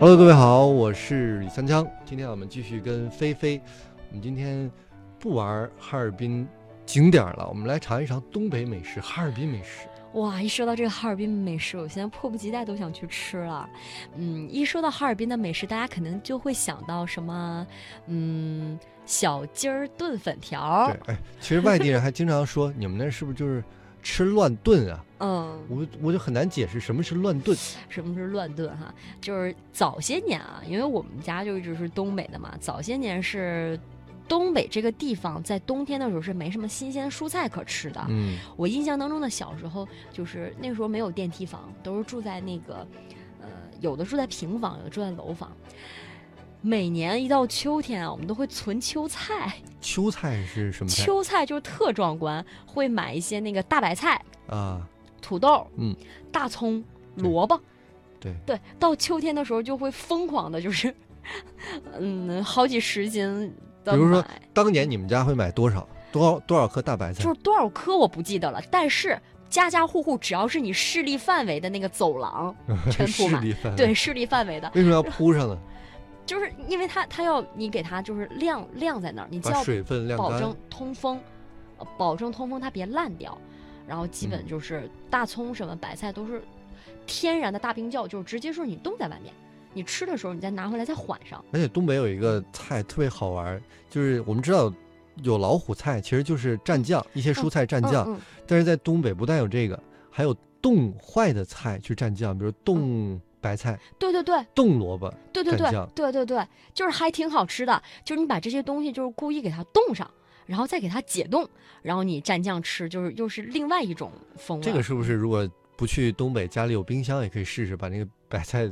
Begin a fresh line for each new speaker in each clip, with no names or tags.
Hello，各位好，我是李三江。今天我们继续跟菲菲，我们今天不玩哈尔滨景点了，我们来尝一尝东北美食——哈尔滨美食。
哇，一说到这个哈尔滨美食，我现在迫不及待都想去吃了。嗯，一说到哈尔滨的美食，大家肯定就会想到什么，嗯，小鸡儿炖粉条
对。，哎，其实外地人还经常说你们那是不是就是吃乱炖啊？
嗯，
我我就很难解释什么是乱炖。
什么是乱炖哈？就是早些年啊，因为我们家就一直是东北的嘛，早些年是东北这个地方在冬天的时候是没什么新鲜蔬菜可吃的。
嗯，
我印象当中的小时候，就是那时候没有电梯房，都是住在那个，呃，有的住在平房，有的住在楼房。每年一到秋天啊，我们都会存秋
嗯
菜，
秋菜是什么菜
秋菜就是特壮观，会买一些那个大白菜、
啊？
土豆、
嗯、
大葱、
对
萝卜。
对
对，到秋天的时候就会疯狂的，就是，嗯，好几十斤的
比如说
买
当年你们家会买多少多少多少颗大白菜
就？是多少颗我不记得了，但是家家户户只要是你势力范围的那个走廊，全铺
势
满。
力范围。
对势力范围的，
为什么要铺上呢？
就是因为它它要你给它就是晾晾在那儿，你就
把
要
水分啊晾
保
干
证。通风，呃保证通风它别烂掉，然后基本
嗯
就是大葱什么白菜都是天然的大冰窖，就是直接说你冻在外面，你吃的时候你再拿回来再缓上。
而且东北有一个菜特别好玩儿，就是我们知道有老虎菜，其实就是蘸酱，一些蔬菜蘸酱。
嗯
但是在东北不但有这个，还有冻坏的菜去蘸酱，比如冻白菜、
嗯，对对对，
冻萝卜。
对对
蘸
对
酱
对对对，就是还挺好吃的。就是你把这些东西就是故意给它冻上，然后再给它解冻，然后你蘸酱吃，就是又是另外一种风味。
这个是不是如果不去东北，家里有冰箱也可以试试，把那个白菜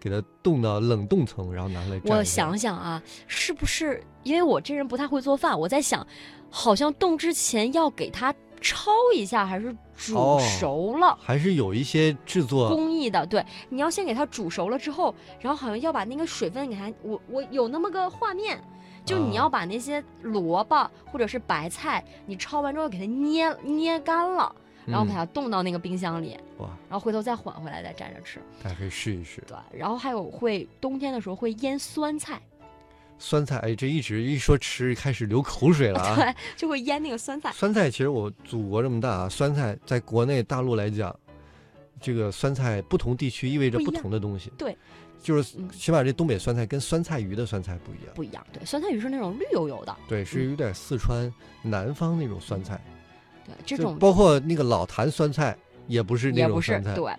给它冻到冷冻层，然后拿来蘸一下。
我想想啊，是不是因为我这人不太会做饭？我在想，好像冻之前要给它焯一下，还是煮
哦
熟了？
还是有一些制作
工艺的，对，你要先给它煮熟了之后，然后好像要把那个水分给它，我我有那么个画面，就你
啊
要把那些萝卜或者是白菜，你焯完之后给它捏捏干了，然
嗯
后给它冻到那个冰箱里，
哇，
然后回头再缓回来再蘸着吃，
大家可以试一试。
对，然后还有会冬天的时候会腌酸菜，
酸菜，哎，这一直一说吃开始流口水了啊。
对，就会腌那个酸菜，
酸菜其实我祖国这么大啊，酸菜在国内大陆来讲，这个酸菜不同地区意味着
不一
不
样
同的东西。
对，
就是
嗯
起码这东北酸菜跟酸菜鱼的酸菜不一样。
不一样，对，酸菜鱼是那种绿油油的，
对，是有点四川南方那种酸菜，
对，这
就
种
包括那个老坛酸菜也不是那
也不
种
是
酸菜，
对。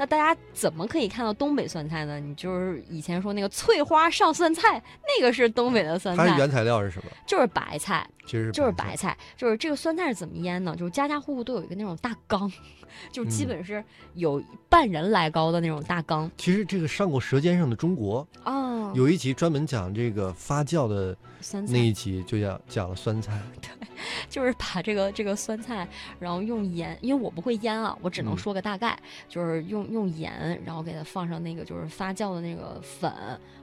那大家怎么可以看到东北酸菜呢？你就是以前说那个翠花上酸菜，那个是东北的酸
它是
菜，
原材料是什么？
就是白菜，
其实
就是
白
白
菜。
菜，就是这个酸菜是怎么腌呢？就是家家户户都有一个那种大缸， 就是基
嗯
本是有半人来高的那种大缸
其实这个上过《舌尖上的中国》
啊。
有一集专门讲这个发酵的
酸
那
菜
一集，就讲讲了酸菜。
就是把这个这个酸菜，然后用盐，因为我不会腌啊，我只能
嗯
说个大概，就是用用盐，然后给它放上那个就是发酵的那个粉，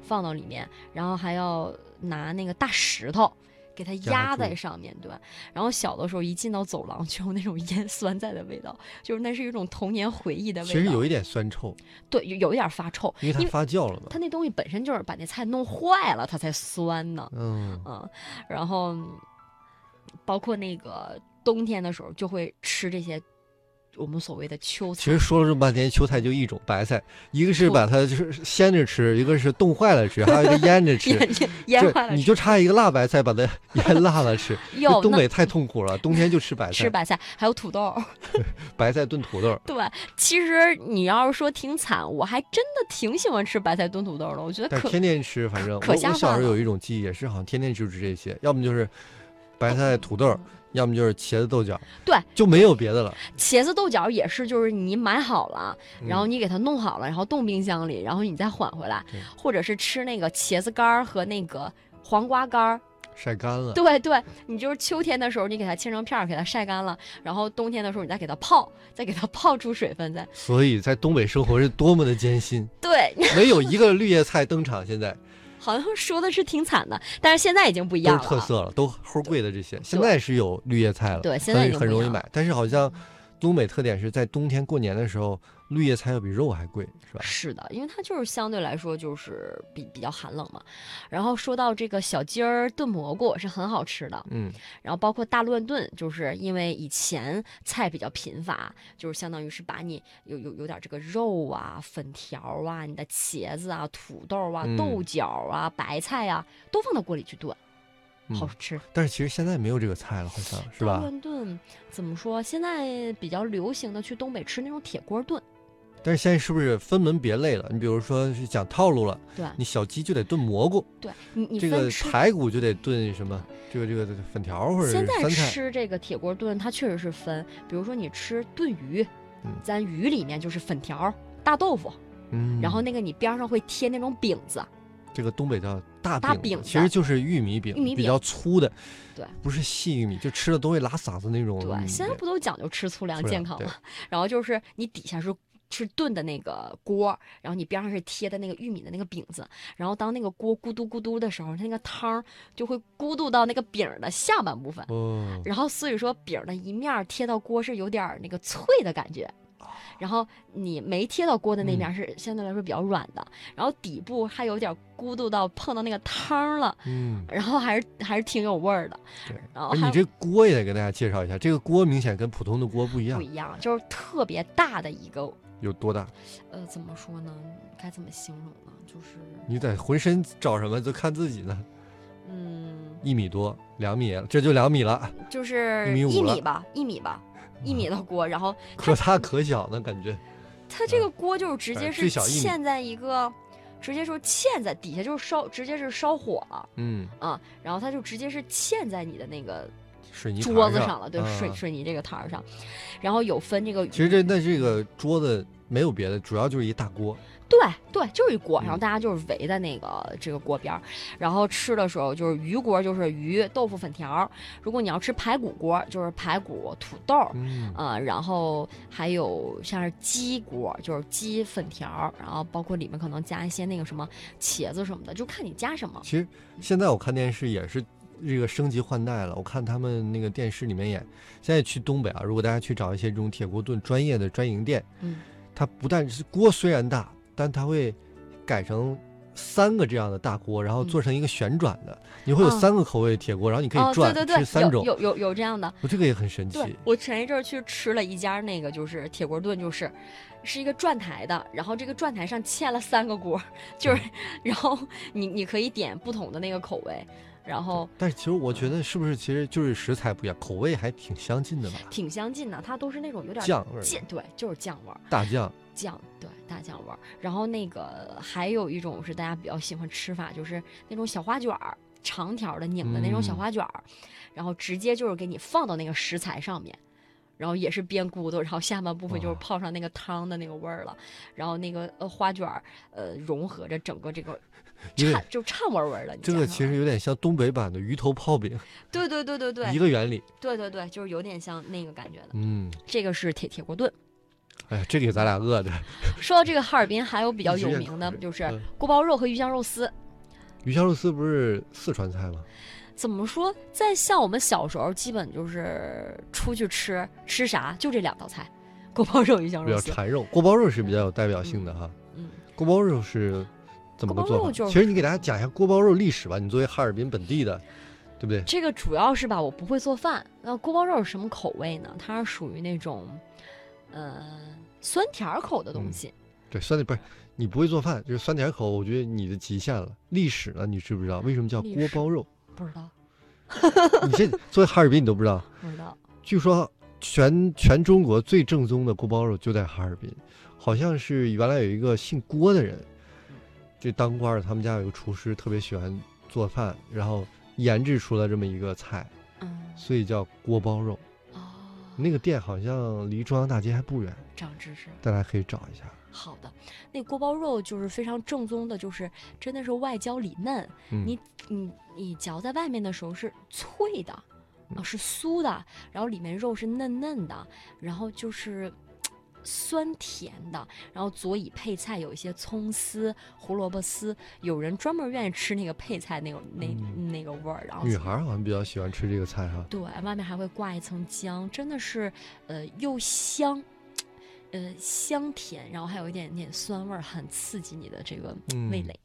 放到里面，然后还要拿那个大石头给它
压
压
住
在上面，对。然后小的时候一进到走廊就有那种 腌酸菜的味道，就是那是一种童年回忆的味道。
其实有一点酸臭，
对有有一点发臭，
因为它
因为
发酵了嘛
它。那东西本身就是把那菜弄坏了，它才酸呢。
嗯，
嗯，然后嗯包括那个冬天的时候就会吃这些我们所谓的秋
其
菜。
实说了这么半天，秋菜就一种白菜，一个是把它就是鲜着吃，一个是冻坏了吃，还有一个腌着吃。
腌腌
这
腌坏了
你
吃，
就差一个辣白菜把它 腌辣了 吃。这
哟，
东
那
北太痛苦了，冬天就吃白
吃
菜，
白菜还有土豆儿。
白菜炖土豆。
对，其实你要是说挺惨，我还真的挺喜欢吃白菜炖土豆儿的。我觉得
但
可
天天吃，反正我
可
我
下饭
小时候
了
有一种记忆，也是好像天天就是这些，要么就是白菜土豆，要么就是茄子豆角，
哦对，
就没有别的了。嗯
茄子豆角也是，就是你买好了，然后
嗯
你给它弄好了，然后冻冰箱里，然后你再缓回来
对，
或者是吃那个茄子干儿和那个黄瓜干儿，
晒干 了，
对对，你就是秋天的时候，你给它切成片儿，给它晒干了，然后冬天的时候你再给它泡，再给它泡出水分，再
所以在东北生活是多么的艰辛，
对，
没有一个绿叶菜登场，现在。
好像说的是挺惨的，但是现在已经不一
都
样
是
了，
特色了，都齁贵的这些，现在是有绿叶菜了，
对现
很
在已经
很
不一
容易
样了
买。但是好像东北特点是在冬天过年的时候，绿叶菜要比肉还贵，是吧？
是的，因为它就是相对来说就是比比较寒冷嘛。然后说到这个小鸡儿炖蘑菇是很好吃的，
嗯，
然后包括大乱炖，就是因为以前菜比较贫乏，就是相当于是把你有有有点这个肉啊、粉条啊、你的茄子啊、土豆啊、
嗯
豆角啊、白菜啊都放到锅里去炖，
嗯
好吃。
但是其实现在没有这个菜了，好像是
大
吧？
乱炖怎么说？现在比较流行的去东北吃那种铁锅炖，
但是现在是不是分门别类了？你比如说是讲套路了，
对
你小鸡就得炖蘑菇，
对，你你
这
分
个
吃
排骨就得炖什么，这个这个粉条或者
现
是
在
酸菜，
吃这个铁锅炖，它确实是分，比如说你吃炖鱼，
嗯
咱鱼里面就是粉条、大豆腐，
嗯，
然后那个你边上会贴那种饼子，
这个东北叫大
大
饼子，
饼
其
子
实就是玉米饼，
玉米
比
饼
较粗的，
对，
不是细玉米，就吃了都会拉嗓子那种玉嗯米饼。
对，现在不都讲究吃粗粮
粗粮
啊健康 嘛？然后就是你底下是。是炖的那个锅，然后你边上是贴的那个玉米的那个饼子，然后当那个锅咕嘟咕嘟的时候，它那个汤儿就会咕嘟到那个饼儿的下半部分，
哦，
然后所以说饼儿的一面儿贴到锅是有点儿那个脆的感觉，
哦
然后你没贴到锅的那面儿
嗯
是相对来说比较软的，然后底部还有点儿咕嘟到碰到那个汤儿了，
嗯，
然后还是还是挺有味儿的，
对。
然后
哎
还
你这锅也得给大家介绍一下，这个锅明显跟普通的锅不一
不
样，
一样，就是特别大的一个，
有多大？
呃，怎么说呢？该怎么形容呢？就是
你得浑身找什么就看自己呢，
嗯，
一米多，两米，这就两米了，
就是
一米五
一
了嗯
米吧，一米吧，一米的锅，然后
可大可小呢，感觉。
它这个锅就是直
哎
接
最
是
小一米
嵌在一个，直接说嵌在底下就是烧，直接是烧火了
嗯，
啊，然后它就直接是嵌在你的那个
水泥
桌
盘
子
上
上了，对，
啊
水水泥这个台儿上，然后有分这个，
其实这那这个桌子没有别的，主要就是一大锅。
对对，就是一锅，
嗯
然后大家就是围在那个这个锅边儿，然后吃的时候就是鱼锅就是鱼豆腐粉条儿，如果你要吃排骨锅就是排骨土豆儿，
嗯，
啊，然后还有像是鸡锅，就是鸡粉条儿，然后包括里面可能加一些那个什么茄子什么的，就看你加什么。
其实现在我看电视也是这个升级换代了，我看他们那个电视里面演，现在去东北啊，如果大家去找一些这种铁锅炖专业的专营店，
嗯，
它不但是锅虽然大，但它会改成。三个这样的大锅，然后做成一个旋转的，你会有
嗯哦
三个口味的铁锅，然后你可
哦
以，
对
转、
对对
吃，三种
有，有有有这样的。
我这个也很神奇。
对，我前一阵儿去吃了一家那个就是铁锅炖，就是是一个转台的，然后这个转台上嵌了三个锅，就是
嗯
然后你你可以点不同的那个口味，然后
但是其实我觉得是不是其实就是食材不一样，口味还挺相近的吧？
挺相近的，它都是那种有点儿
酱味儿
芥，对，就是酱味儿。
大酱，
酱，对，大酱味儿。然后那个还有一种是大家比较喜欢吃法，就是那种小花卷儿，长条儿的拧的那种小
嗯
花卷儿，然后直接就是给你放到那个食材上面。然后也是边咕嘟，然后下半部分就是
哇
泡上那个汤的那个味儿了，然后那个呃花卷儿呃融合着整个这个
因为
颤就颤味儿味儿了。你
这
加
个
上
其
了
实有点像东北版的鱼头泡饼，
对对对对
一
啊对
个原理。
对对对，就是有点像那个感觉的。
嗯，
这个是铁铁锅炖。
哎呀，这给咱俩饿的。
说到这个哈尔滨，还有比较
一直
有
咽
名
口
的
水
就是
嗯
锅包肉和鱼香肉丝。
鱼香肉丝不是四川菜吗？
怎么说，在像我们小时候，基本就是出去吃吃啥，就这两道菜，锅包肉、鱼香
比
肉
较
丝。
馋肉，锅包肉是比较有代表性的哈。
嗯，
锅包肉是怎么个
锅包
做
肉
法？
就是
其实你给大家讲一下锅包肉历史吧，你作为哈尔滨本地的，对不对？
这个主要是吧，我不会做饭。那锅包肉是什么口味呢？它是属于那种，呃，酸甜儿口
嗯
的东西。
对，酸的不是你不会做饭，就是酸甜口，我觉得你的极限了。历史呢，你知不知道为什么叫
历
锅
史
包肉？
不知道，
你这作为哈尔滨你都不知道？
不知道。
据说全全中国最正宗的锅包肉就在哈尔滨，好像是原来有一个姓郭的人，这当官儿，他们家有个厨师特别喜欢做饭，然后研制出了这么一个菜，
嗯，
所以叫锅包肉。
哦，
那个店好像离中央大街还不远，
长知识了。
大家可以找一下。
好的，那锅包肉就是非常正宗的，就是真的是外焦里嫩，
嗯，
你你嚼在外面的时候是脆的，啊
嗯
是酥的，然后里面肉是嫩嫩的，然后就是酸甜的，然后佐以配菜有一些葱丝、胡萝卜丝，有人专门愿意吃那个配菜那个那、
嗯
那个味儿，然后
女孩儿好像比较喜欢吃这个菜哈、
对外面还会挂一层姜，真的是呃又香。呃香甜，然后还有一点点酸味儿，很刺激你的这个
嗯
味蕾。